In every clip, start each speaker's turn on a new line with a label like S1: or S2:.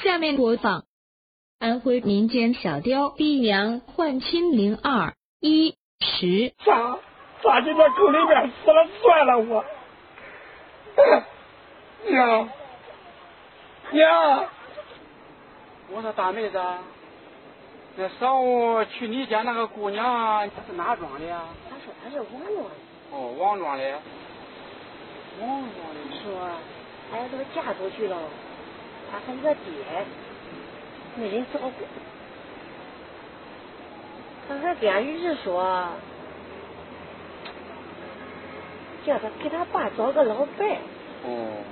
S1: 下面播放安徽民间小调《碧娘换亲零二一十》。
S2: 咋咋进到沟里边死了算了我？
S3: 哎
S2: 娘娘，
S3: 我说大妹子，那上午去你家那个姑娘她是哪庄的呀？
S4: 他说他是网络的，
S3: 哦，王庄的。王庄的。
S4: 说，哎呀，都嫁出去了，他和我爹，没人照顾。他和边玉是说，叫他给他爸找个老伴儿，
S3: 哦。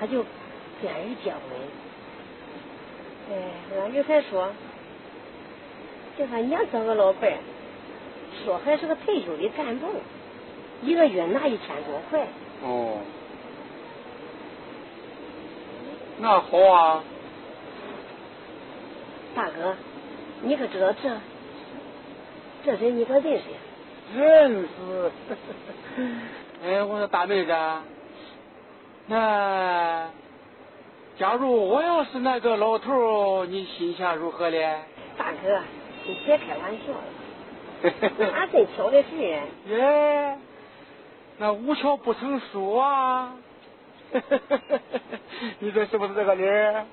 S4: 他就边玉结婚。哎，俺玉还说，叫他娘找个老伴儿，说还是个退休的干部，一个月拿一千多块。
S3: 哦。那好啊，
S4: 大哥，你可知道这这人你可认识呀？
S3: 认识。 哎，我说大妹子，那假如我要是那个老头儿，你心下如何 嘞？
S4: 大哥，你别开玩笑了，俺真巧的是，
S3: 耶，那无巧不成 书啊！你说是不是这个理儿？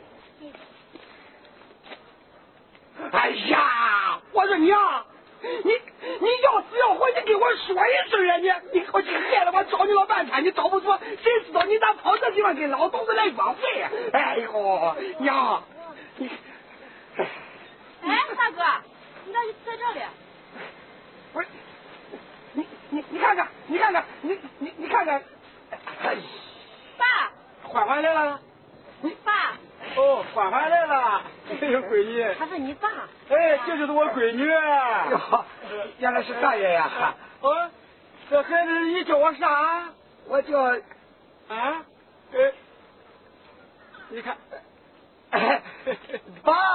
S2: 哎呀，我说娘，你你要是要活，你给我说一声啊！你你给我气害了，我找你老半天，你找不着，谁知道你咋跑这地方给老头子来装睡呀？哎呦，娘，你哎
S5: 哎，大哥，你咋就在这里？
S2: 不是你你你看看，你看看，你你你看看，哎，
S5: 爸，
S3: 欢欢来了，
S5: 爸，
S3: 哦，欢欢来了，
S2: 哎
S3: 这是闺 女，
S4: 他是你爸，
S3: 哎，这就是我闺女。
S2: 哟，啊原来是大爷呀！
S3: 哦，这孩子你叫我啥啊？
S2: 我叫，
S3: 哎，你看，
S2: 爸。
S3: 哎哎